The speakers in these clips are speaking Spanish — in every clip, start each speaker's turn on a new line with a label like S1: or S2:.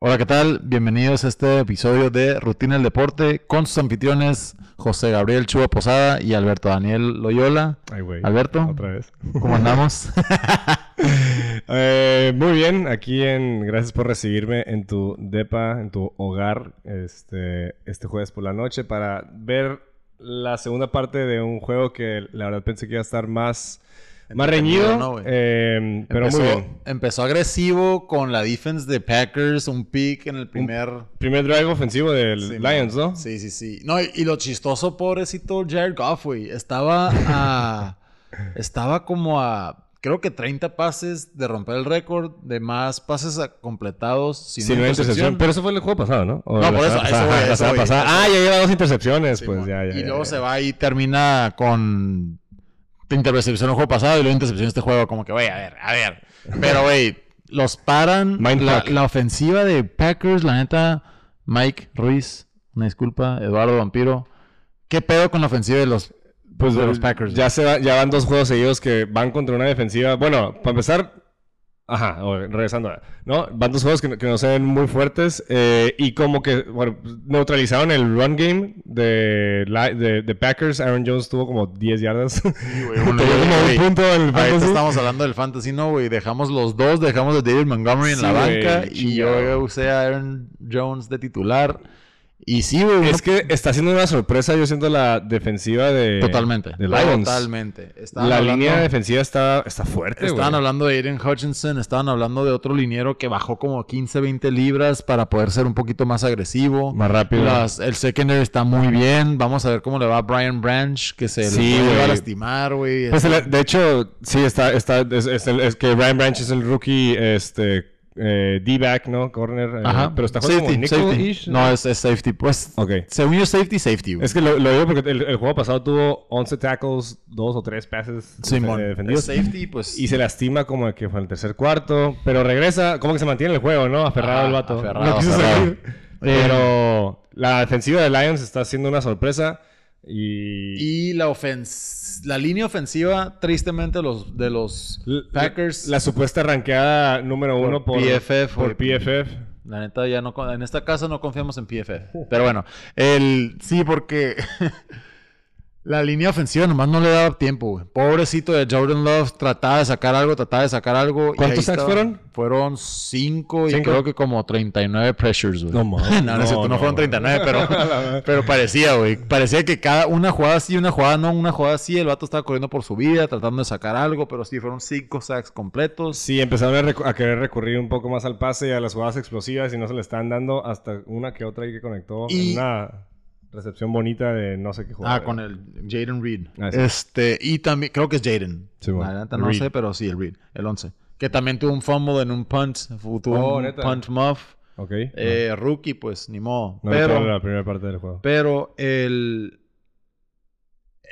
S1: Hola, ¿qué tal? Bienvenidos a este episodio de Rutina del Deporte con sus anfitriones José Gabriel Chuba Posada y Alberto Daniel Loyola.
S2: Ay, güey.
S1: Alberto.
S2: Otra vez.
S1: ¿Cómo andamos?
S2: Eh, muy bien, aquí en. Gracias por recibirme en tu DEPA, en tu hogar, este, este jueves por la noche para ver la segunda parte de un juego que la verdad pensé que iba a estar más, más
S1: Entretenido,
S2: reñido.
S1: ¿no, güey?
S2: eh, pero
S1: empezó,
S2: muy bien.
S1: Empezó agresivo con la defense de Packers, un pick en el primer...
S2: Primer drive ofensivo del
S1: Sí,
S2: Lions, ¿no?
S1: Sí, sí, sí. No, y, y lo chistoso, pobrecito Jared Goff, güey. Estaba a. estaba como a. Creo que 30 pases de romper el récord de más pases a- completados sin,
S2: Sin una intercepción. Pero eso fue el juego pasado, ¿no? O
S1: No,
S2: la
S1: por eso,
S2: semana
S1: eso,
S2: pasada.
S1: güey,
S2: Ajá, la
S1: eso,
S2: semana
S1: güey,
S2: pasada.
S1: eso.
S2: Ah, ya lleva dos intercepciones.
S1: Sí,
S2: pues
S1: mon.
S2: ya, ya.
S1: y
S2: ya,
S1: luego
S2: ya.
S1: se va y termina con intercepción el juego pasado y luego intercepción este juego. Como que, güey, a ver, a ver. Pero, güey, los paran.
S2: Mind
S1: La,
S2: fuck.
S1: la ofensiva de Packers, la neta, Mike Ruiz, una disculpa, Eduardo Vampiro. ¿Qué pedo con la ofensiva de los,
S2: Pues
S1: de
S2: eh,
S1: los Packers?
S2: Ya, se va- ya van dos juegos seguidos que van contra una defensiva. Bueno, para empezar. Ajá, o- regresando. a- ¿No? Van dos juegos que, no- que no se ven muy fuertes. eh, y como que bueno, neutralizaron el run game de, la- de, de Packers. Aaron Jones tuvo como 10 yardas.
S1: güey, bueno,
S2: Tenía
S1: güey,
S2: como
S1: güey.
S2: un punto en el
S1: Ahorita
S2: fantasy.
S1: estamos hablando del fantasy, ¿no, güey? Dejamos los dos, dejamos a David Montgomery en
S2: Sí,
S1: la
S2: güey,
S1: banca y
S2: chingado.
S1: yo usé a Aaron Jones de titular. Y sí, güey, uno-
S2: Es que está siendo una sorpresa, yo siento, la defensiva de,
S1: totalmente.
S2: de Lions.
S1: Totalmente. Estaban
S2: La
S1: hablando-
S2: línea defensiva está, está fuerte, güey.
S1: Estaban hablando de Aiden Hutchinson, estaban hablando de otro liniero que bajó como 15, 20 libras para poder ser un poquito más agresivo.
S2: Más rápido.
S1: Las- el secondary está muy bien. Vamos a ver cómo le va a Brian Branch, que se
S2: Sí,
S1: le va a
S2: güey.
S1: lastimar, güey.
S2: Pues el- de hecho, sí, está, está, es, es el- es que Ryan Branch es el rookie, este, eh, D-back, ¿no? Corner, eh, pero está jugando
S1: safety,
S2: como
S1: safety.
S2: nickel-ish,
S1: No, es, es safety. Pues,
S2: Ok.
S1: según yo, safety, safety. güey.
S2: Es que lo, lo digo porque el, el juego pasado tuvo 11 tackles, 2 o 3 pases
S1: Simón.
S2: eh, defendidos.
S1: Es safety, pues.
S2: Y se lastima como que fue en el tercer cuarto, pero regresa, como que se mantiene en el juego, ¿no? Aferrado
S1: Ajá,
S2: el vato.
S1: aferrado,
S2: no quiso
S1: aferrado.
S2: salir. Pero la defensiva de Lions está haciendo una sorpresa y...
S1: Y la ofens la línea ofensiva, tristemente, los, de los
S2: L-
S1: Packers.
S2: La, supuesta ranqueada número
S1: Por
S2: uno por,
S1: PFF,
S2: Por
S1: por-
S2: PFF.
S1: La neta, ya no, con- en esta casa no confiamos en PFF. Pero bueno, el, sí, porque la línea ofensiva nomás no le daba tiempo, güey. Pobrecito de Jordan Love, trataba de sacar algo, trataba de sacar algo. y
S2: ¿Cuántos
S1: ahí
S2: sacks
S1: estaba.
S2: fueron?
S1: Fueron cinco y
S2: ¿Cinco?
S1: creo que como 39 pressures, güey.
S2: No, mames.
S1: no, no, es cierto, no,
S2: No, no,
S1: fueron
S2: no.
S1: 39, pero, pero parecía, güey. Parecía que cada una jugada sí, una jugada no, una jugada sí. El vato estaba corriendo por su vida, tratando de sacar algo, pero sí, fueron cinco sacks completos.
S2: Sí, empezaron a, recu- a querer recurrir un poco más al pase y a las jugadas explosivas y no se le están dando hasta una que otra ahí que conectó
S1: Y-
S2: en una recepción bonita de no sé qué jugada.
S1: Ah, con el Jaden Reed.
S2: Ah, sí.
S1: este, y también, creo que es Jaden.
S2: Sí, bueno.
S1: La neta no
S2: Reed.
S1: sé, pero sí, el Reed, el 11. Que también tuvo un fumble en un punt, fu- tuvo
S2: Oh,
S1: un
S2: neta.
S1: punt muff.
S2: Ok.
S1: Eh, Rookie, pues, ni modo.
S2: no
S1: pero,
S2: pero... la primera parte del juego.
S1: pero el...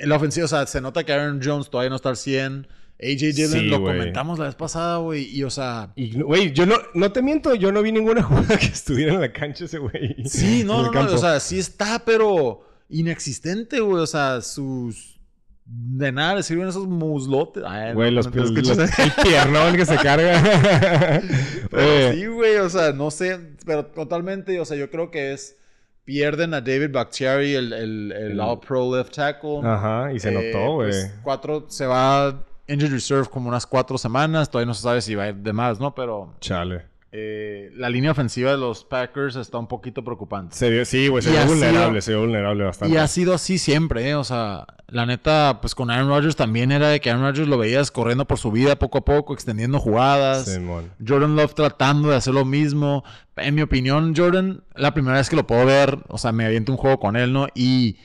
S1: La ofensiva, o sea, se nota que Aaron Jones todavía no está al 100. AJ Dillon
S2: Sí,
S1: lo
S2: güey.
S1: comentamos la vez pasada, güey. Y, o sea...
S2: Y, güey, yo no, no te miento, yo no vi ninguna jugada que estuviera en la cancha ese güey.
S1: Sí,
S2: En
S1: no,
S2: el
S1: no, no,
S2: campo.
S1: o sea, sí está, pero inexistente, güey. O sea, sus... De nada le sirven esos muslotes. Ay,
S2: Güey,
S1: no,
S2: los,
S1: no te
S2: los-
S1: escuchas.
S2: los- el piernón que se carga.
S1: Pero
S2: Oye,
S1: sí, güey, o sea, no sé, pero totalmente, o sea, yo creo que es, pierden a David Bakhtiari, el, el, el
S2: El-
S1: All-Pro left tackle.
S2: Ajá, y se
S1: Eh,
S2: notó, güey.
S1: pues, cuatro, se va a injured reserve como unas cuatro semanas, todavía no se sabe si va a ir de más, ¿no? Pero
S2: Chale.
S1: eh, la línea ofensiva de los Packers está un poquito preocupante.
S2: Se vio, sí, güey, se
S1: Y ha
S2: vio
S1: sido-
S2: vulnerable, se vio vulnerable bastante.
S1: Y ha sido así siempre, ¿eh? o sea, la neta, pues con Aaron Rodgers también era de que Aaron Rodgers lo veías corriendo por su vida poco a poco, extendiendo jugadas.
S2: Simón.
S1: Jordan Love tratando de hacer lo mismo. En mi opinión, Jordan, la primera vez que lo puedo ver, o sea, me aviento un juego con él, ¿no? Y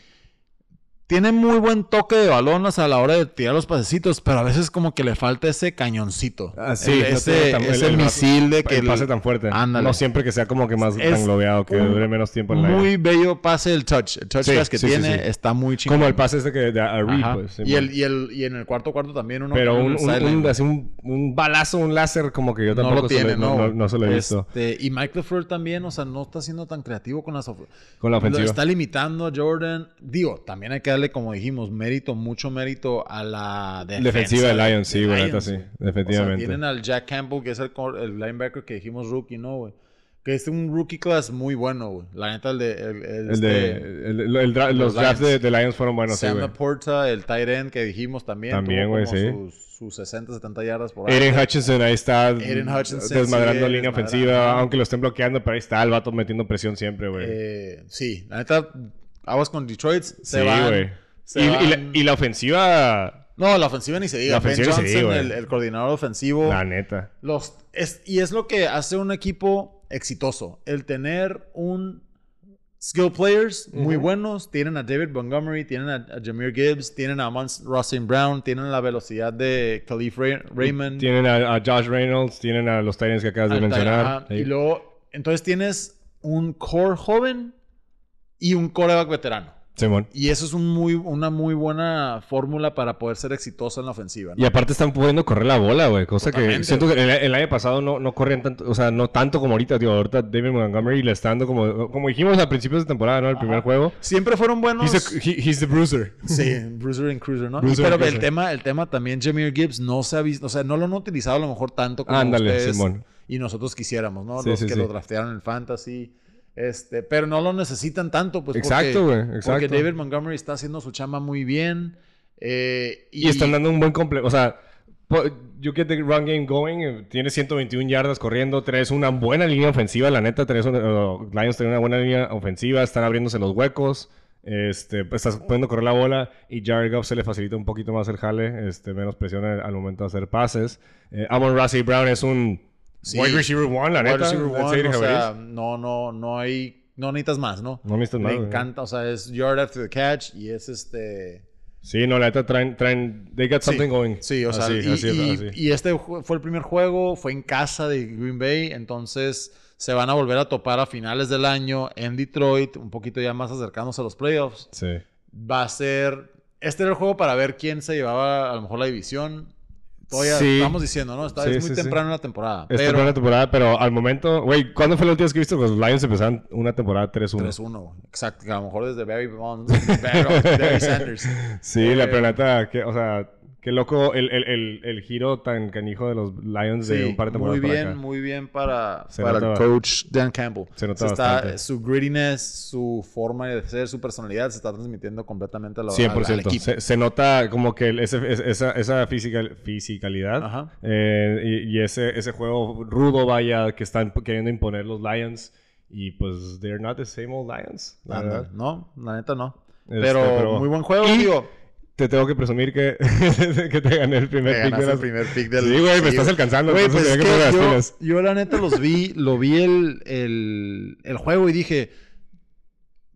S1: tiene muy buen toque de balón o sea, a la hora de tirar los pasecitos, pero a veces como que le falta ese cañoncito.
S2: Ah, sí,
S1: El-
S2: no
S1: ese
S2: tiene tan-
S1: ese
S2: el- el-
S1: misil de
S2: que
S1: que...
S2: el pase tan fuerte.
S1: Ándale.
S2: No siempre que sea como que más
S1: Es
S2: tan globeado, que
S1: un-
S2: dure menos tiempo en la
S1: muy bello pase el touch. El touch
S2: Sí,
S1: pass que
S2: sí, sí,
S1: tiene
S2: sí.
S1: está muy chingón.
S2: Como el pase ese que de a Reed,
S1: Ajá.
S2: pues. sí,
S1: y, el,
S2: man.
S1: y, el, y en el cuarto cuarto también uno...
S2: Pero
S1: que
S2: un,
S1: uno
S2: un,
S1: sale,
S2: un-
S1: güey.
S2: así un, un balazo, un láser, como que yo
S1: no
S2: tampoco
S1: lo tiene,
S2: se le,
S1: ¿no?
S2: no,
S1: güey?
S2: no se lo he visto.
S1: Este, y Mike LeFleur también, o sea, no está siendo tan creativo con las of-
S2: Con la
S1: Lo
S2: ofensiva.
S1: está limitando a Jordan. Digo, también hay que darle, como dijimos, mérito, mucho mérito a la defensa
S2: Defensiva de Lions, sí, güey,
S1: Lions,
S2: neta sí.
S1: güey. O sea,
S2: Definitivamente.
S1: tienen al Jack Campbell, que es el, cor- el linebacker que dijimos rookie, ¿no, güey? Que es un rookie class muy bueno, güey. La neta, el de. El, el-
S2: El de,
S1: este,
S2: el- el- el dra-
S1: los
S2: los drafts de,
S1: Lions.
S2: de Lions fueron buenos, sí,
S1: Sam
S2: güey.
S1: Laporta, el tight end que dijimos también.
S2: También,
S1: tuvo
S2: güey,
S1: como
S2: sí.
S1: Sus, sus 60, 70 yardas por ahí.
S2: Eren Hutchinson ahí está
S1: Aiden Hutchinson
S2: desmadrando
S1: sigue
S2: línea
S1: desmadrando.
S2: ofensiva, aunque lo estén bloqueando, pero ahí está el vato metiendo presión siempre, güey.
S1: Eh, sí, la neta, aguas con Detroit. Se
S2: sí,
S1: van.
S2: güey.
S1: se
S2: Y, y la,
S1: van.
S2: y la ofensiva,
S1: No, la ofensiva ni se diga.
S2: La
S1: Ben
S2: ofensiva ni se
S1: Johnson,
S2: diga, güey.
S1: el, el coordinador ofensivo.
S2: la neta.
S1: Los, es- y es lo que hace un equipo exitoso. El tener un skill players muy
S2: Ujú.
S1: buenos. Tienen a David Montgomery, tienen a, a Jameer Gibbs, tienen a Amon Rossin Brown, tienen la velocidad de Khalif Ray- Raymond.
S2: Tienen a, a Josh Reynolds, tienen a los Titans que acabas de
S1: Alta-
S2: mencionar.
S1: ajá.
S2: Sí.
S1: Y luego, entonces tienes un core joven y un coreback veterano.
S2: Simón.
S1: Y eso es un muy, una muy buena fórmula para poder ser exitoso en la ofensiva. ¿no?
S2: Y aparte están pudiendo correr la bola, güey. Cosa que
S1: Totalmente,
S2: siento que el, el año pasado no, no corrían tanto, o sea, no tanto como ahorita, tío. Ahorita David Montgomery le está dando como, como dijimos a principios de temporada, ¿no? El primer
S1: Ajá.
S2: juego.
S1: Siempre fueron buenos.
S2: He's, a- he- he's the bruiser.
S1: Sí, Bruiser and Cruiser, ¿no?
S2: Bruiser
S1: Y- pero
S2: and
S1: el
S2: Cruiser.
S1: tema, el tema también, Jameer Gibbs no se ha visto, o sea, no lo han utilizado a lo mejor tanto como
S2: Ándale,
S1: ustedes
S2: Simón.
S1: y nosotros quisiéramos, ¿no?
S2: Sí,
S1: Los
S2: sí,
S1: que
S2: sí.
S1: lo draftearon en Fantasy, este, pero no lo necesitan tanto, pues porque-
S2: Exacto, güey,
S1: Porque
S2: exacto.
S1: David Montgomery está haciendo su chamba muy bien eh,
S2: Y, están dando un buen complemento. O sea, po- you get the run game going. eh, Tiene 121 yardas corriendo. Traes una buena línea ofensiva. La neta, traes una- o, Lions tiene una buena línea ofensiva. Están abriéndose los huecos. Este, pues, estás pudiendo correr la bola. Y Jared Goff se le facilita un poquito más el jale. Este, menos presión al, al momento de hacer pases. Eh, Amon Rassi Brown es un
S1: Sí.
S2: wide receiver one, la
S1: wide
S2: neta.
S1: receiver
S2: That's
S1: one,
S2: it,
S1: o
S2: Javeris.
S1: sea, no, no, no hay, no necesitas más, ¿no?
S2: no me estás
S1: Me encanta, o sea, es yard after the catch y es este...
S2: Sí, no, la neta traen, traen, they got something going.
S1: Sí, o sea,
S2: Así,
S1: y,
S2: así,
S1: y-
S2: así.
S1: y este ju- fue el primer juego, fue en casa de Green Bay, entonces se van a volver a topar a finales del año en Detroit, un poquito ya más acercándose a los playoffs.
S2: Sí.
S1: Va a ser, este era el juego para ver quién se llevaba a lo mejor la división. Todavía
S2: Sí.
S1: estamos diciendo, ¿no? Está,
S2: Sí,
S1: es muy
S2: sí, sí.
S1: temprano en la temporada,
S2: Esta
S1: pero
S2: primera temporada, pero al momento, güey, ¿cuándo fue la última vez que viste que los Lions empezaron una temporada 3-1?
S1: 3-1, güey. exacto, que a lo mejor desde Barry Bonds, Barry Barry Sanders.
S2: Sí, la
S1: Eh,
S2: planeta, que, o sea, qué loco el, el, el, el giro tan canijo de los Lions de
S1: Sí,
S2: un par de
S1: muy
S2: temporadas para
S1: bien,
S2: acá.
S1: muy bien para,
S2: Se
S1: para el
S2: nota-
S1: coach Dan Campbell.
S2: se nota
S1: está-
S2: bastante.
S1: su grittiness, su forma de ser, su personalidad se está transmitiendo completamente a lo- al, al
S2: 100%.
S1: equipo.
S2: Se, se nota como que el- ese- es- esa, esa fisical- fisicalidad
S1: Ajá.
S2: eh, y, y ese, ese juego rudo, vaya, que están queriendo imponer los Lions. Y pues, they're not the same old Lions, la
S1: Ándale,
S2: verdad.
S1: no, la neta no.
S2: Este,
S1: pero,
S2: pero-
S1: muy buen juego, digo.
S2: Te tengo que presumir que, que te gané el primer
S1: Te
S2: pick de
S1: eh, ganaste
S2: la
S1: el primer pick del...
S2: Sí, güey, me estás
S1: güey.
S2: alcanzando.
S1: Güey, pues
S2: entonces
S1: es
S2: tenía que
S1: que
S2: poner
S1: yo,
S2: las pilas.
S1: yo la neta los vi, lo vi el, el, el juego y dije...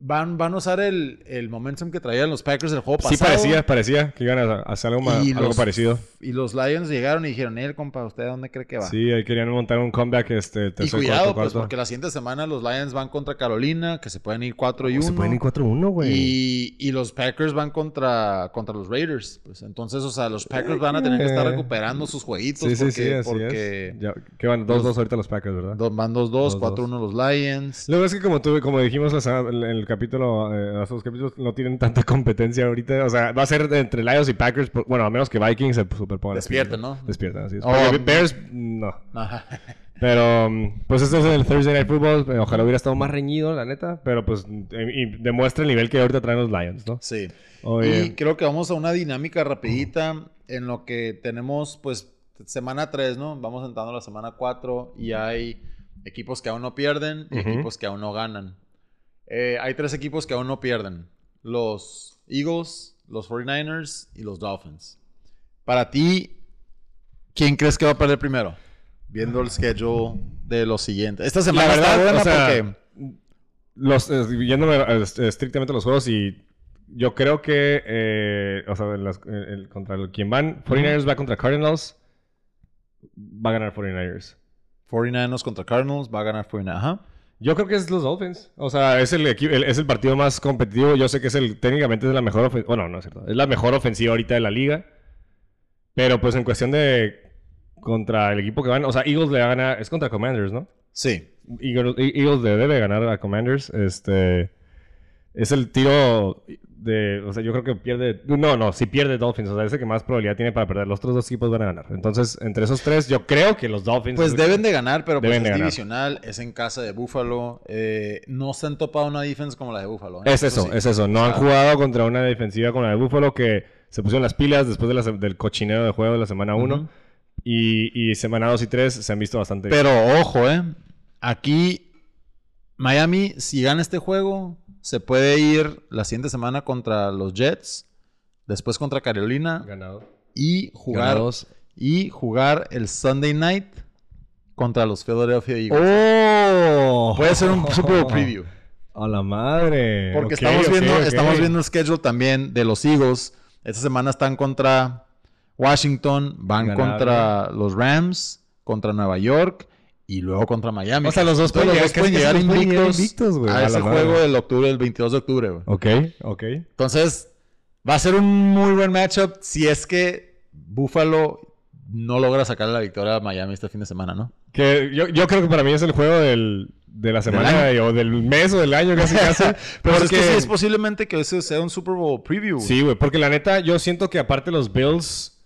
S1: Van, van a usar el, el momentum que traían los Packers del juego pasado.
S2: Sí, parecía, parecía que iban a hacer algo, ma-
S1: Y
S2: algo
S1: los-
S2: parecido.
S1: Y los Lions llegaron y dijeron, él, compa, ¿usted a dónde cree que va?
S2: Sí, ahí querían montar un comeback este
S1: Y
S2: tercer,
S1: cuidado,
S2: cuarto,
S1: pues,
S2: cuarto.
S1: porque la siguiente semana los Lions van contra Carolina, que se pueden ir 4 y
S2: Oh,
S1: 1.
S2: Se pueden ir 4-1, güey.
S1: y, y los Packers van contra, contra los Raiders. Pues entonces, o sea, los Packers van a tener que estar
S2: Eh.
S1: recuperando sus jueguitos.
S2: Sí, sí,
S1: porque,
S2: sí, así
S1: porque
S2: es. Ya, que van 2-2 ahorita los Packers, ¿verdad?
S1: do- van 2-2,
S2: Dos,
S1: 4-1 los Lions.
S2: Lo que pasa es que como, tuve, como dijimos la semana- en el capítulo, eh, hace dos capítulos, no tienen tanta competencia ahorita. O sea, va a ser entre Lions y Packers, por- bueno, a menos que Vikings se superpongan.
S1: Despierten, ¿no?
S2: Despiertan, así es.
S1: Oh,
S2: Porque
S1: mm.
S2: Bears, no.
S1: Ajá.
S2: Pero, mm, pues esto es el Thursday Night Football. Eh, Ojalá hubiera estado más reñido, la neta. Pero, pues, eh, y demuestra el nivel que ahorita traen los Lions, ¿no?
S1: Sí.
S2: Oye,
S1: Y creo que vamos a una dinámica rapidita en lo que tenemos, pues, semana 3, ¿no? Vamos entrando a la semana 4 y hay equipos que aún no pierden y
S2: Ujú.
S1: equipos que aún no ganan. Eh, hay tres equipos que aún no pierden. Los Eagles, los 49ers y los Dolphins. Para ti, ¿quién crees que va a perder primero? Viendo el schedule de los siguientes. Esta semana
S2: la
S1: está
S2: verdad,
S1: buena
S2: o sea,
S1: porque...
S2: los, eh, yéndome eh, estrictamente a los juegos y yo creo que, eh, o sea, en las- el- el- contra el- quien van, 49ers va contra Cardinals, va a ganar 49ers.
S1: 49ers contra Cardinals va a ganar 49ers. Ajá.
S2: Yo creo que es los Dolphins. O sea, es el, equi- el- es el partido más competitivo. Yo sé que es el técnicamente es la mejor ofensiva. Bueno, no es cierto. Es la mejor ofensiva ahorita de la liga. Pero pues en cuestión de contra el equipo que van, o sea, Eagles le gana es contra Commanders, ¿no?
S1: Sí.
S2: Eagles, E- Eagles le debe ganar a Commanders, este es el tiro de, o sea, yo creo que pierde, no, no, si pierde Dolphins, o sea, es el que más probabilidad tiene para perder. Los otros dos equipos van a ganar. Entonces, entre esos tres, yo creo que los Dolphins...
S1: Pues deben de ganar, pero pues
S2: Deben
S1: es
S2: de ganar.
S1: divisional, es en casa de Buffalo. eh, no se han topado una defense como la de Buffalo. ¿eh?
S2: Es eso,
S1: sí.
S2: es eso. No han
S1: Ah.
S2: jugado contra una defensiva como la de Buffalo que se pusieron las pilas después de la se- del cochinero de juego de la semana 1.
S1: Ujú.
S2: y, y semana 2 y 3 se han visto bastante bien.
S1: Pero ojo, ¿eh? Aquí, Miami, si gana este juego, se puede ir la siguiente semana contra los Jets, después contra Carolina
S2: Ganado.
S1: y jugar,
S3: Ganados.
S1: y jugar el Sunday night contra los Philadelphia Eagles.
S2: ¡Oh!
S1: Puede ser un Super Bowl preview.
S2: ¡A la madre!
S1: Porque
S2: Ok,
S1: estamos,
S2: ok,
S1: viendo,
S2: ok.
S1: estamos viendo el schedule también de los Eagles. Esta semana están contra Washington, van
S2: Ganaron.
S1: contra los Rams, contra Nueva York y luego contra Miami.
S2: O sea, los dos
S1: Entonces,
S2: pueden llegar-
S1: los dos pueden llegar
S2: casi que los pueden llegar
S1: invictos,
S2: invictos, güey, a
S1: a
S2: la
S1: ese
S2: madre.
S1: juego del octubre, el 22 de octubre. güey.
S2: Ok, ok.
S1: Entonces, va a ser un muy buen matchup si es que Buffalo no logra sacar la victoria a Miami este fin de semana, ¿no?
S2: Que yo, yo creo que para mí es el juego del, de la semana
S1: año.
S2: o del mes o del año casi casi.
S1: Pero Pues es que
S2: porque-
S1: sí es posiblemente que ese sea un Super Bowl preview. güey.
S2: Sí, güey, porque la neta, yo siento que aparte los Bills,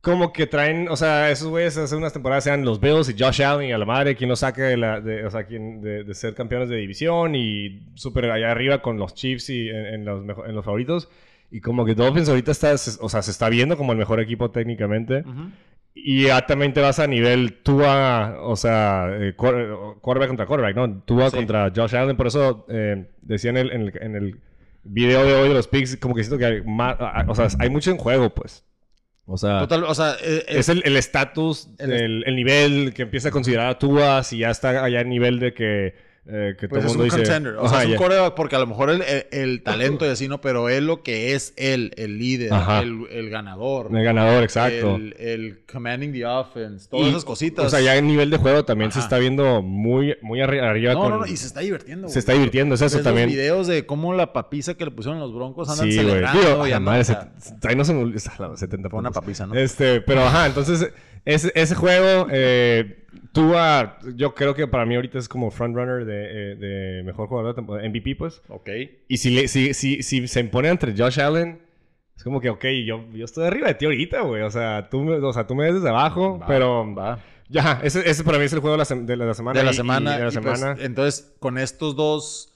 S2: como que traen, o sea, esos güeyes hace unas temporadas eran los Bills y Josh Allen y a la madre, quien los saque de, la, de- o sea, quien de, de ser campeones de división y súper allá arriba con los Chiefs y en, en los, mejo- en los favoritos. Y como que Dolphins ahorita está, se- o sea, se está viendo como el mejor equipo técnicamente.
S1: Ujú.
S2: Y ya también te vas a nivel Tua, o sea, eh, quar- quarterback contra quarterback, ¿no? Tua
S1: Sí.
S2: contra Josh Allen. Por eso eh, decía en el, en, el, en el video de hoy de los picks, como que siento que hay más, a- a- o sea, hay mucho en juego, pues. O sea,
S1: Total, o sea, eh, eh,
S2: es el el estatus, el,
S1: El
S2: el, nivel que empieza a considerar a Tua, si ya está allá en nivel de que, eh, que
S1: Pues
S2: todo
S1: es
S2: el
S1: un
S2: mundo dice...
S1: contender. O
S2: Ajá,
S1: sea, es un
S2: ya.
S1: quarterback porque a lo mejor el, el- el talento y así no, pero él lo que es él, el líder,
S2: Ajá.
S1: el, el ganador,
S2: El ganador, exacto.
S1: el, el commanding the offense, todas
S2: Y,
S1: esas cositas.
S2: O sea, ya en nivel de juego también se
S1: Ajá.
S2: está viendo muy, muy arri- arriba.
S1: no,
S2: con-
S1: no, no, y se está divirtiendo.
S2: se
S1: güey.
S2: está divirtiendo, es
S1: Ves
S2: eso también.
S1: los videos de cómo la papiza que le pusieron los broncos pues, andan
S2: Sí, güey.
S1: celebrando.
S2: Digo, a
S1: y
S2: la
S1: andan,
S2: madre,
S1: o sea,
S2: set- ahí no se me olvida. a la 70
S1: fue una
S2: puntos.
S1: papiza, ¿no?
S2: Este, pero ajá, entonces, ese, ese juego, eh, Tua, yo creo que para mí ahorita es como frontrunner de, eh, de mejor jugador de temporada, MVP, pues.
S1: ok.
S2: Y si, le- si, si, si se impone entre Josh Allen, es como que, ok, yo, yo estoy arriba de ti ahorita, güey. O sea, tú, me- o sea, tú me ves desde abajo,
S1: Va,
S2: pero.
S1: va.
S2: Ya, ese, ese para mí es el juego de la, sem- de la, de la semana.
S1: De la
S2: y- y
S1: semana.
S2: de la
S1: y pues,
S2: semana.
S1: entonces, con estos dos,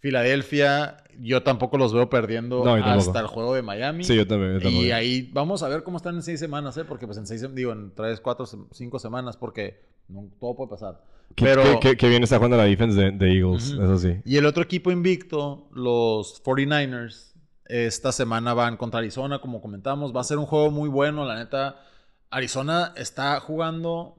S1: Filadelfia, yo tampoco los veo perdiendo
S2: No, yo tampoco.
S1: hasta el juego de Miami.
S2: sí, yo también. yo también.
S1: Y ahí vamos a ver cómo están en seis semanas, ¿eh? Porque pues en seis, digo, en tres, cuatro, sem- cinco semanas, porque no, todo puede pasar.
S2: Qué-
S1: Pero...
S2: qué, qué- qué bien está jugando la defense de, de Eagles,
S1: Ujú.
S2: eso sí.
S1: Y el otro equipo invicto, los 49ers, esta semana van contra Arizona, como comentamos. Va a ser un juego muy bueno, la neta. Arizona está jugando...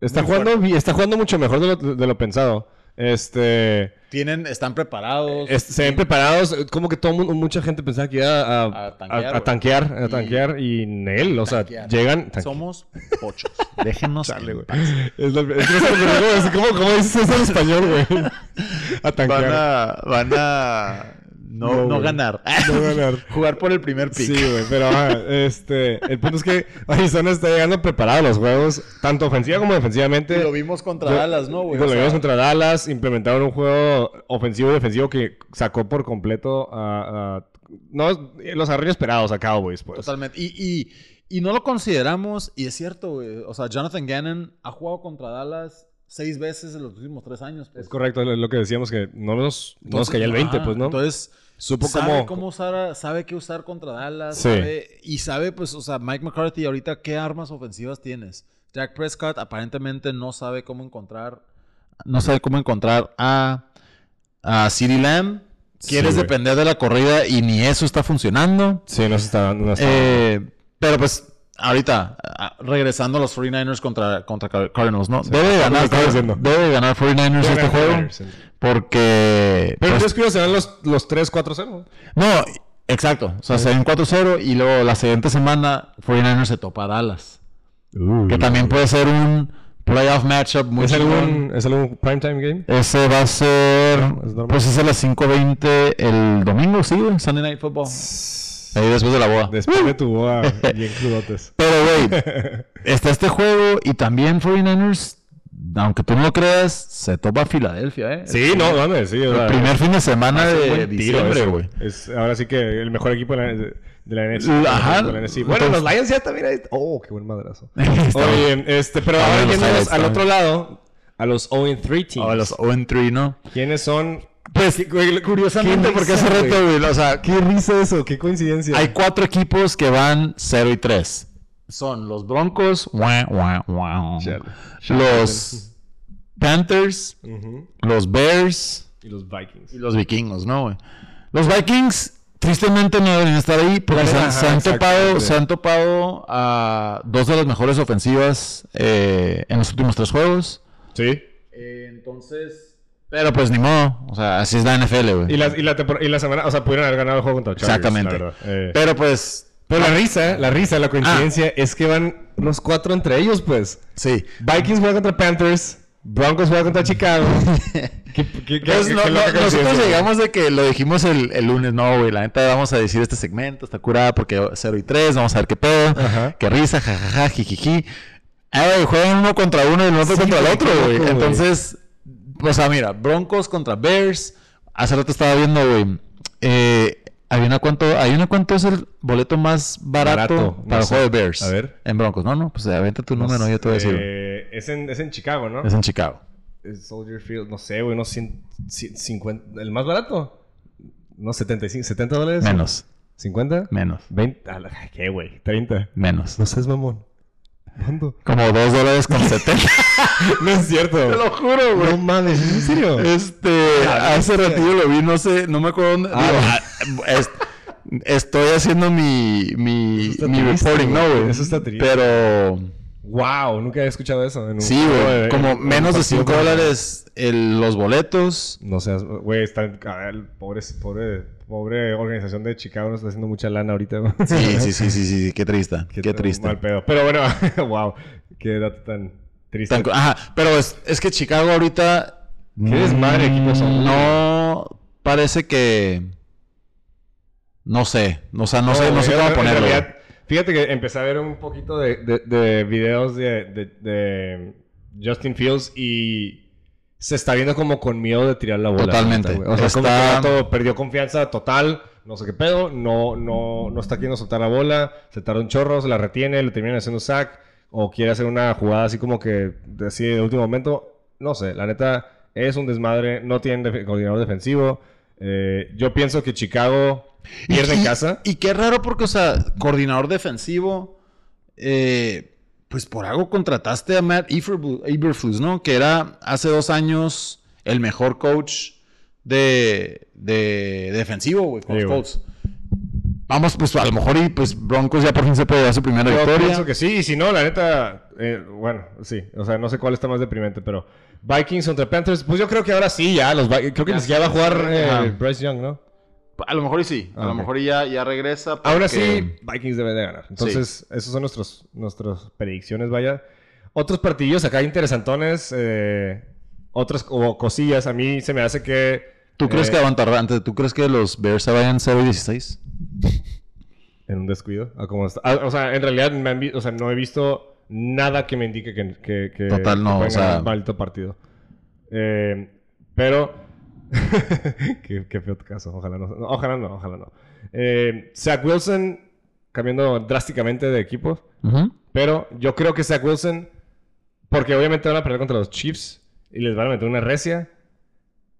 S2: Está
S1: Muy
S2: jugando, bi- está jugando mucho mejor de lo, de lo pensado. Este,
S1: Tienen, están preparados.
S2: es- se ven
S1: tienen-
S2: preparados. eh, Como que todo mundo, mucha gente pensaba que iba a, a-
S1: A tanquear,
S2: a- a tanquear, a
S1: Y-
S2: tanquear, y, Nel, o sea,
S1: Tanquear.
S2: llegan. tanque-
S1: Somos pochos. Déjenos.
S2: Chale,
S1: en
S2: güey.
S1: paz.
S2: Es la- es que no sé cómo- es- ¿cómo, cómo dices eso en español, güey? A
S1: Van
S2: tanquear.
S1: a... Van a... No,
S2: No,
S1: no,
S2: güey.
S1: ganar.
S2: No ganar.
S1: Jugar por el primer pick.
S2: Sí, güey, pero ajá, este, el punto es que Arizona está llegando preparado a los juegos, tanto ofensiva como defensivamente.
S1: Y lo vimos contra
S2: Yo-
S1: Dallas, ¿no, güey?
S2: pues Lo
S1: O sea,
S2: vimos contra Dallas, implementaron un juego ofensivo y defensivo que sacó por completo a... a- no, los arreglos esperados a Cowboys, pues.
S1: Totalmente. Y, y- y no lo consideramos, y es cierto, güey. O sea, Jonathan Gannon ha jugado contra Dallas seis veces en los últimos tres años. pues.
S2: Es correcto, es lo que decíamos que no nos, no nos
S1: Entonces,
S2: caía el 20,
S1: ajá,
S2: pues, ¿no?
S1: Entonces,
S2: Supo
S1: sabe
S2: cómo-
S1: cómo usar, sabe qué usar contra Dallas.
S2: Sí.
S1: sabe- y sabe, pues, o sea, Mike McCarthy, ahorita, ¿qué armas ofensivas tienes? Jack Prescott aparentemente no sabe cómo encontrar, no sabe cómo encontrar a, a CeeDee Lamb.
S2: Sí,
S1: Quieres
S2: güey.
S1: depender de la corrida y ni eso está funcionando.
S2: sí, nos está dando... no está dando.
S1: Eh, pero pues, ahorita, a- regresando a los 49ers contra, contra Car- Cardinals, ¿no? debe, de
S2: lo que
S1: ganar,
S2: estaba diciendo.
S1: debe de ganar 49ers
S2: Pero pues,
S1: este juego porque...
S2: Pero
S1: pues,
S2: yo creo que serán los, los 3-4-0.
S1: no, exacto. O sea, se ven 4-0 y luego la siguiente semana 49ers se topa a Dallas. Que también puede ser un playoff matchup muy
S2: ¿Es
S1: chingón.
S2: algún, ¿Es algún primetime game?
S1: Ese va a ser...
S2: Es normal.
S1: pues es a las 5.20 el domingo, sí, güey, Sunday Night Football. Ahí después de la boda.
S2: Después de tu boda, bien crudotes.
S1: Pero, güey, está este juego y también 49ers aunque tú no lo creas, se topa Filadelfia, ¿eh?
S2: Sí, no, mames, sí. o
S1: El
S2: sea,
S1: primer fin de semana
S2: es un
S1: de
S2: buen tiro
S1: diciembre,
S2: ese,
S1: güey.
S2: Es ahora sí que el mejor equipo de la, de la NFC.
S1: Ajá.
S2: de la NFC. Bueno,
S1: Entonces-
S2: los Lions ya también ahí. Oh, qué buen madrazo.
S1: Está
S2: Oye, este, pero
S1: Está
S2: ahora
S1: bien, los
S2: yéndonos
S1: highlights,
S2: al
S1: está
S2: otro lado, a los 0-3 teams.
S1: O los Owen Tree, ¿no?
S2: ¿Quién son?
S1: Pues, curiosamente, porque ese reto, güey, o sea,
S2: Qué risa eso, qué coincidencia.
S1: hay cuatro equipos que van 0 y 3. Son los Broncos, guau, guau, guau.
S2: Chale.
S1: los Panthers,
S2: Ujú.
S1: los Bears
S2: Y los Vikings.
S1: y los Vikingos, ¿no, güey? Los Vikings, tristemente, no deberían estar ahí porque se, han-
S2: Ajá,
S1: se han topado,
S2: exactamente.
S1: se han topado a dos de las mejores ofensivas eh, en los últimos tres juegos.
S2: Sí.
S1: entonces. Pero pues ni modo, o sea, así es la NFL, güey.
S2: Y la, y, la tempor- y la semana, o sea, pudieron haber ganado el juego contra Chargers.
S1: Exactamente.
S2: la verdad. Eh,
S1: Pero pues.
S2: pero la risa, la risa, la coincidencia es que van los cuatro entre ellos, pues.
S1: Sí.
S2: Vikings juega contra Panthers, Broncos juega contra Chicago. ¿Qué, qué- qué-
S1: Pues,
S2: qué-
S1: no-
S2: qué
S1: no-
S2: loca coincidencia,
S1: nosotros
S2: güey.
S1: llegamos de que lo dijimos el, el lunes, no, güey, la neta vamos a decir este segmento, está curada porque 0 y 3, vamos a ver qué pedo,
S2: Ajá.
S1: qué risa, jajaja, jijiji. Ah, güey, juegan uno contra uno y el otro
S2: Sí,
S1: contra el
S2: güey,
S1: otro,
S2: qué
S1: güey.
S2: loco, güey.
S1: Entonces, o sea, mira, Broncos contra Bears, hace rato estaba viendo, güey, eh, Adivina cuánto, adivina cuánto es el boleto más barato,
S2: Barato,
S1: para
S2: no
S1: el
S2: sé.
S1: juego de Bears.
S2: A ver.
S1: En Broncos, no, no, pues aventa tu número, yo te voy a decir. güey.
S2: Eh, es, en, es en Chicago, ¿no?
S1: Es en Chicago.
S2: Es Soldier Field, no sé, güey, unos 100, 50. ¿El más barato? No, 75, 70 dólares.
S1: Menos,
S2: 50.
S1: menos,
S2: 20. a la- ¿Qué, güey? 30.
S1: menos.
S2: No seas mamón. ¿Cuándo?
S1: Como 2 dólares con 70.
S2: No es cierto.
S1: juro,
S2: No mames, ¿es en serio?
S1: Este,
S2: Ya,
S1: hace
S2: viste.
S1: ratito lo vi, no sé, no me acuerdo dónde.
S2: Ah,
S1: digo, ah, es- estoy haciendo mi, mi,
S2: Eso está
S1: mi
S2: triste,
S1: reporting, ¿no,
S2: güey?
S1: güey?
S2: Eso está triste.
S1: Pero,
S2: Wow, nunca había escuchado eso. en un
S1: sí,
S2: juego
S1: güey,
S2: de-
S1: como
S2: en un
S1: menos de
S2: eh, partido
S1: 5
S2: de-
S1: dólares el- los boletos.
S2: No seas, güey, están, a ver, pobre, pobre, pobre organización de Chicago nos está haciendo mucha lana ahorita. güey.
S1: Sí, sí, sí, sí, sí, sí, qué triste, qué, triste.
S2: Mal pedo. Pero bueno, wow, qué dato tan triste.
S1: Tan- ajá, pero es, es que Chicago ahorita...
S2: Qué desmadre, equipos son, güey.
S1: No, parece que... No sé, o sea, no, sé, no
S2: güey,
S1: sé
S2: en-
S1: cómo
S2: en
S1: ponerlo. güey.
S2: realidad, fíjate que empecé a ver un poquito de, de- de videos de, de- de Justin Fields y se está viendo como con miedo de tirar la bola.
S1: Totalmente.
S2: neta, güey. O sea, como que
S1: Está-
S2: el vato perdió confianza total. No sé qué pedo. No, no, no está queriendo soltar la bola. Se tarda un chorro, se la retiene, le terminan haciendo sack. O quiere hacer una jugada así como que así de último momento. No sé, la neta es un desmadre. No tienen def- coordinador defensivo. Eh, yo pienso que Chicago pierde
S1: Y-
S2: en
S1: y-
S2: casa.
S1: Y qué raro porque, o sea, coordinador defensivo, eh, pues por algo contrataste a Matt Eberflu- Eberflus, ¿no? Que era hace dos años el mejor coach de, de defensivo, güey, con
S2: Sí,
S1: los
S2: güey.
S1: Colts. Vamos, pues a lo mejor y pues Broncos ya por fin se puede dar su primera
S2: Yo
S1: victoria.
S2: pienso que sí, y si no, la neta, eh, bueno, sí, o sea, no sé cuál está más deprimente, pero Vikings contra Panthers, pues yo creo que ahora sí, ya, los Vi- creo que
S1: Ya
S2: ni siquiera va a jugar eh,
S1: Ajá.
S2: Bryce Young, ¿no?
S1: A lo mejor y sí, a
S2: Ah,
S1: lo
S2: ok.
S1: mejor y ya, ya regresa.
S2: Ahora sí,
S1: porque-
S2: Vikings debe de ganar. Entonces, esos son nuestros, nuestras predicciones, vaya. Otros partidos acá interesantones, eh, otras como cosillas, a mí se me hace que...
S1: ¿Tú crees
S2: eh,
S1: que aguantar antes? ¿Tú crees que los Bears se vayan 0 y 16?
S2: En un descuido, a cómo está. Ah, o sea, en realidad me han vi- o sea, no he visto nada que me indique que, que, que-
S1: Total,
S2: que
S1: no,
S2: pueden
S1: o sea-
S2: ganar un maldito partido. Eh, pero qué, qué feo caso, ojalá no, no, ojalá no, ojalá no. Eh, Zach Wilson cambiando drásticamente de equipo,
S1: Ujú.
S2: pero yo creo que Zach Wilson, porque obviamente van a perder contra los Chiefs y les van a meter una recia.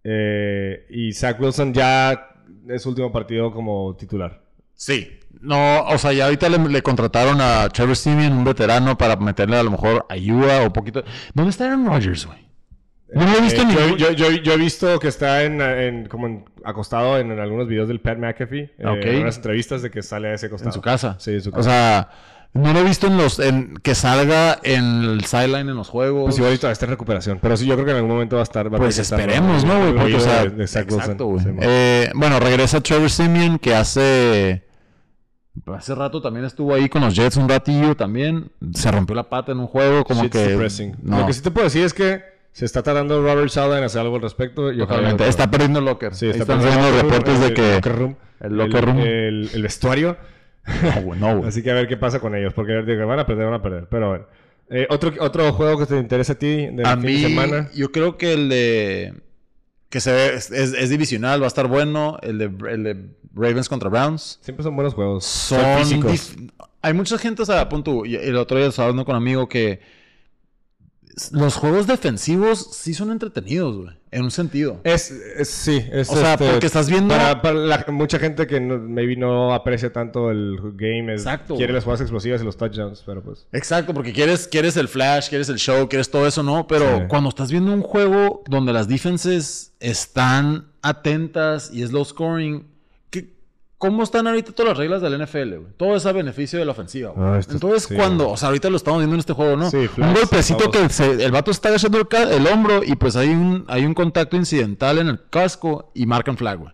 S2: eh, y Zach Wilson ya es su último partido como titular.
S1: Sí. No, o sea, ya ahorita le, le contrataron a Trevor Simeon, un veterano, para meterle a lo mejor ayuda o poquito. ¿Dónde está Aaron Rodgers, güey? No lo he visto
S2: Eh,
S1: en
S2: yo,
S1: ningún-
S2: yo, yo, yo he visto que está en, en- como en- acostado en, en algunos videos del Pat McAfee. eh,
S1: Ok.
S2: en unas entrevistas de que sale a ese costado.
S1: en su casa. Ah.
S2: Sí, en su
S1: O
S2: casa.
S1: sea, no lo he visto en los en, que salga en el sideline en los juegos.
S2: pues igual y todavía está en recuperación. Pero sí, yo creo que en algún momento va a estar... va a
S1: Pues
S2: estar-
S1: esperemos, ¿no,
S2: el
S1: güey? Porque, o
S2: oído
S1: sea,
S2: de- de Zach
S1: exacto,
S2: Wilson.
S1: güey.
S2: Sí, man.
S1: Eh, bueno, regresa Trevor Simeon, que hace... Hace rato también estuvo ahí con los Jets un ratillo también. Se rompió la pata en un juego, como
S2: Shit's
S1: que...
S2: depressing.
S1: No,
S2: Lo que sí te puedo decir es que se está tardando Robert Sala en hacer algo al respecto. y ojalá-
S1: totalmente. Está perdiendo el locker.
S2: Sí,
S1: Ahí
S2: está
S1: están
S2: perdiendo
S1: saliendo
S2: el locker
S1: reportes
S2: room,
S1: de
S2: El
S1: que...
S2: locker room.
S1: El locker room.
S2: el- el vestuario.
S1: No, güey, no, güey.
S2: Así que a ver qué pasa con ellos, porque de que van a perder, van a perder. Pero bueno. Eh, ¿otro, otro juego que te interesa a ti de
S1: A
S2: fin de
S1: mí,
S2: semana.
S1: yo creo que el de. Que se ve, es, es- es divisional, va a estar bueno. El de, el de Ravens contra Browns.
S2: Siempre son buenos juegos.
S1: Son.
S2: físicos.
S1: dif- Hay mucha gente, o sea, pon tú, y- El otro día estaba hablando con un amigo que. s- Los juegos defensivos sí son entretenidos, güey. En un sentido.
S2: Es, es- sí, es
S1: O sea,
S2: este,
S1: porque estás viendo-
S2: Para, para la- mucha gente que no- maybe no aprecia tanto el game, es-
S1: Exacto.
S2: quiere las jugadas explosivas y los touchdowns, pero pues.
S1: Exacto, porque quieres, quieres el flash, quieres el show, quieres todo eso, ¿no? Pero
S2: Sí.
S1: cuando estás viendo un juego donde las defenses están atentas y es low scoring, ¿qué- ¿cómo están ahorita todas las reglas del NFL? güey? Todo es a beneficio de la ofensiva. güey.
S2: Ah, esto-
S1: Entonces,
S2: sí,
S1: cuando, o sea, ahorita lo estamos viendo en este juego, ¿no?
S2: Sí, flash,
S1: un golpecito
S2: vamos.
S1: que se- el vato está agachando el, ca- el hombro y pues hay un, hay un contacto incidental en el casco y marcan flag, güey.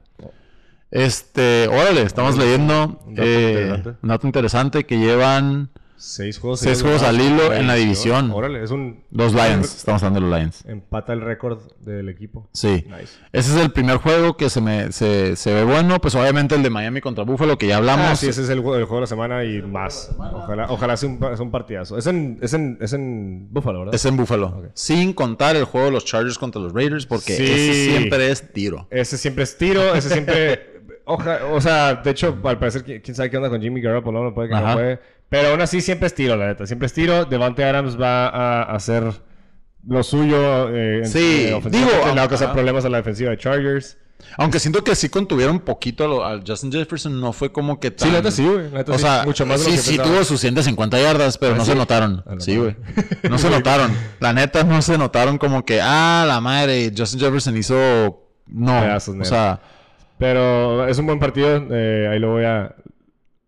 S1: Este, órale, estamos leyendo
S2: Un dato
S1: eh,
S2: interesante.
S1: un dato interesante que llevan...
S2: Seis juegos.
S1: Seis
S2: seguidos
S1: juegos al
S2: ganados.
S1: hilo en la
S2: Órale,
S1: división.
S2: Órale, es un.
S1: Los Lions, estamos hablando de los Lions.
S2: Empata el récord del equipo.
S1: Sí.
S2: Nice.
S1: Ese es el primer juego que se me se, se ve bueno. Pues obviamente el de Miami contra Buffalo, que ya hablamos.
S2: Ah, sí, ese es el, juego- el juego de la semana y más. Ojalá, ojalá sea un, pa- sea un partidazo. Es en, es, en, es en Buffalo, ¿verdad?
S1: Es en Buffalo. Sin contar el juego de los Chargers contra los Raiders, porque
S2: Sí.
S1: ese siempre es tiro.
S2: Ese siempre es tiro, ese siempre. Oja, o sea, de hecho, al parecer, qui- quién sabe qué onda con Jimmy Garoppolo, no puede que
S1: Ajá.
S2: no puede. Pero aún así, siempre es tiro, la neta. Siempre es tiro. Devante Adams va a hacer lo suyo. Eh, en-
S1: Sí,
S2: eh, ofensivamente,
S1: digo,
S2: Le va a causar
S1: ajá.
S2: problemas a la defensiva de Chargers.
S1: Aunque siento que sí contuvieron un poquito a lo- al Justin Jefferson. No fue como que tan...
S2: la neta sí, güey, la neta
S1: o
S2: sí,
S1: sea,
S2: mucho más de lo
S1: sí,
S2: que
S1: sí
S2: pensaba. Ah,
S1: tuvo sus 150 yardas, pero no
S2: sí?
S1: se notaron.
S2: A la
S1: Sí, güey.
S2: madre.
S1: No se notaron. La neta no se notaron como que, ah, la madre, Justin Jefferson hizo... No,
S2: Pedazos,
S1: o
S2: neta.
S1: sea...
S2: Pero es un buen partido. eh, ahí lo voy a.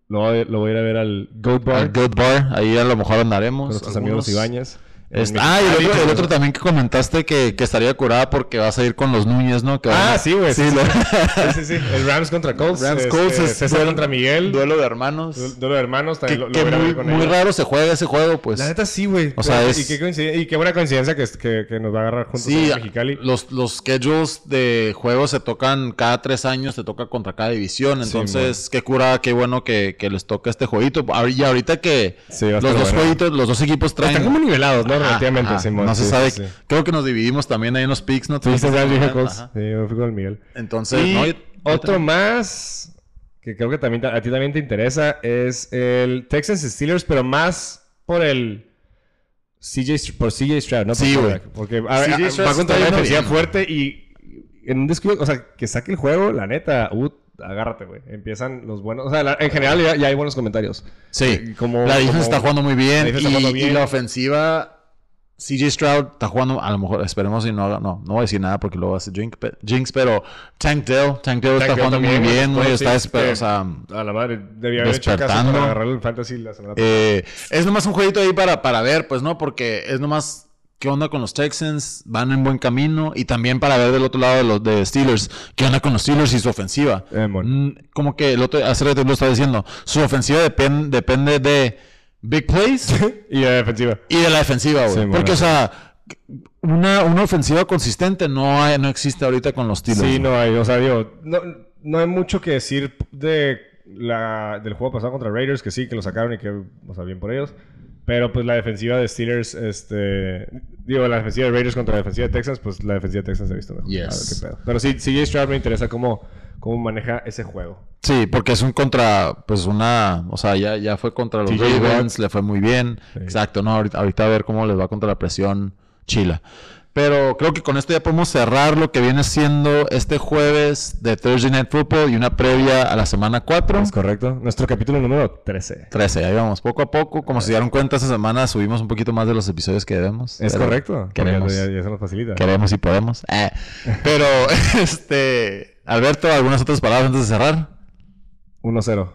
S2: Lo voy, lo voy a ir a ver al Goat Bar
S1: Al Good Bar, ahí a lo mejor andaremos.
S2: con nuestros
S1: algunos.
S2: amigos Ibañez.
S1: Este- ah, y el otro, el otro también que comentaste que, que estaría curada porque vas a ir con los Núñez, ¿no? Que van
S2: Ah,
S1: a-
S2: sí, güey.
S1: Sí,
S2: Sí, sí,
S1: lo-
S2: sí, sí, El Rams contra Colts.
S1: Rams
S2: este,
S1: Colts es
S2: César
S1: duelo-
S2: contra Miguel.
S1: Duelo de hermanos.
S2: Du- Duelo de hermanos,
S1: que
S2: también lo, lo
S1: que
S2: voy a ir a ver
S1: muy,
S2: con
S1: muy
S2: ellos.
S1: raro se juega ese juego, pues.
S2: La neta sí, güey.
S1: O sea,
S2: Y-
S1: es-
S2: Y qué, coinciden- y qué buena coincidencia que, es- que, que nos va a agarrar juntos
S1: sí,
S2: en Mexicali.
S1: los, los schedules de juegos se tocan cada tres años, se toca contra cada división. Entonces, qué curada, qué bueno que, que les toca este jueguito. Ahor- Y ahorita que
S2: Sí, va a
S1: los dos
S2: estar bueno. Pues
S1: jueguitos, los dos equipos traen.
S2: Están como nivelados, ¿no?
S1: Ajá,
S2: Relativamente,
S1: ajá.
S2: Simón.
S1: Ah, No se
S2: Sí,
S1: sabe.
S2: sí, sí.
S1: Creo que nos dividimos también ahí en los picks, ¿no?
S2: Sí,
S1: Tuviste
S2: César dijo Colts.
S1: Ajá.
S2: Sí, yo fui con el Miguel.
S1: Entonces,
S2: Y
S1: no, yo- yo
S2: otro
S1: también-
S2: más que creo que también te- a ti también te interesa es el Texans Steelers, pero más por el CJ Str- por CJ Stroud, no por
S1: Sí, güey.
S2: quarterback, porque a- a-
S1: CJ Stroud
S2: va contra
S1: está yendo
S2: una defensiva
S1: bien.
S2: fuerte y en un descuido, o sea, que saque el juego, la neta, uh, agárrate, güey. Empiezan los buenos, o sea, la- en general ya, ya hay buenos comentarios.
S1: Sí,
S2: Y como-
S1: la defensa
S2: como-
S1: está jugando muy bien.
S2: la
S1: y,
S2: defensa está jugando
S1: y
S2: bien.
S1: la ofensiva, CJ Stroud está jugando, a lo mejor, esperemos y no haga- no, no voy a decir nada porque luego hace jinx, pe- jinx, pero Tank Dell, Tank Dell está
S2: Tank Dell
S1: jugando
S2: también,
S1: muy
S2: güey,
S1: bien, güey,
S2: bueno,
S1: está,
S2: sí,
S1: esper-
S2: eh,
S1: o sea,
S2: A la madre, debía haber hecho caso
S1: Despertando.
S2: para agarrar el fantasy la semana pasada.
S1: eh, es nomás un jueguito ahí para, para ver, pues, ¿no? Porque es nomás qué onda con los Texans, van en buen camino y también para ver del otro lado de los de Steelers, qué onda con los Steelers y su ofensiva.
S2: Eh, mon.
S1: Mm, Como que el otro, hace rato lo estaba diciendo, su ofensiva depen- depende de big plays.
S2: y la defensiva.
S1: Y de la defensiva, güey.
S2: Sí, bueno.
S1: Porque, o sea, una, una ofensiva consistente no, hay- no existe ahorita con los Steelers.
S2: Sí,
S1: güey.
S2: no hay, o sea, digo, no, no hay mucho que decir de la, del juego pasado contra Raiders, que sí, que lo sacaron y que, o sea, bien por ellos. Pero pues la defensiva de Steelers, este, digo, la defensiva de Raiders contra la defensiva de Texans, pues la defensiva de Texans se ha visto mejor.
S1: Yes.
S2: A ver qué pedo. Pero sí, CJ Stroud me interesa cómo, cómo maneja ese juego.
S1: Sí, porque es un contra, pues una, o sea, ya, ya fue contra los
S2: TJ
S1: Ravens, le fue muy bien. Exacto, no, ahorita, ahorita a ver cómo les va contra la presión chila. Pero creo que con esto ya podemos cerrar lo que viene siendo este jueves de Thursday Night Football y una previa a la semana 4.
S2: Es correcto. Nuestro capítulo número 13.
S1: 13, ahí vamos, poco a poco. Como se dieron cuenta, esta semana subimos un poquito más de los episodios que debemos.
S2: Es
S1: pero
S2: correcto.
S1: Queremos.
S2: Ya, ya- ya se nos facilita.
S1: Queremos y podemos. Eh. Pero, este, Alberto, ¿algunas otras palabras antes de cerrar?
S2: 1-0.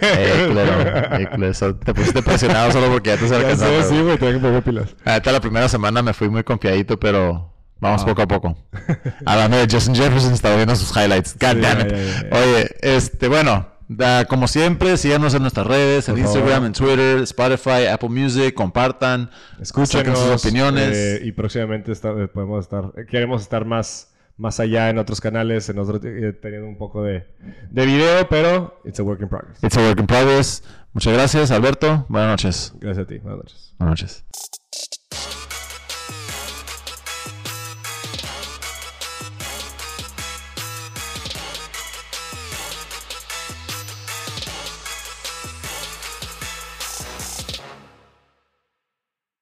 S1: Eh, claro, eh, claro, eso- te pusiste presionado solo porque ya te se
S2: Ya sé, sí, güey, tengo que poner pilas.
S1: Hasta la primera semana me fui muy confiadito, pero
S2: Ah.
S1: vamos poco a poco. Hablando de Justin Jefferson, estaba viendo sus highlights. God
S2: Sí,
S1: damn it.
S2: ya, ya, ya.
S1: Oye, este, bueno, da- como siempre, síganos en nuestras redes, en
S2: Por favor.
S1: Instagram, en Twitter, Spotify, Apple Music, compartan,
S2: Escúchenos
S1: saquen sus opiniones.
S2: eh, y próximamente está- eh, podemos estar, eh, queremos estar más, más allá en otros canales, en otro, eh, teniendo un poco de, de video, pero it's a work in progress.
S1: It's a work in progress. Muchas gracias, Alberto. Buenas noches.
S2: Gracias a ti. Buenas noches.
S1: Buenas noches.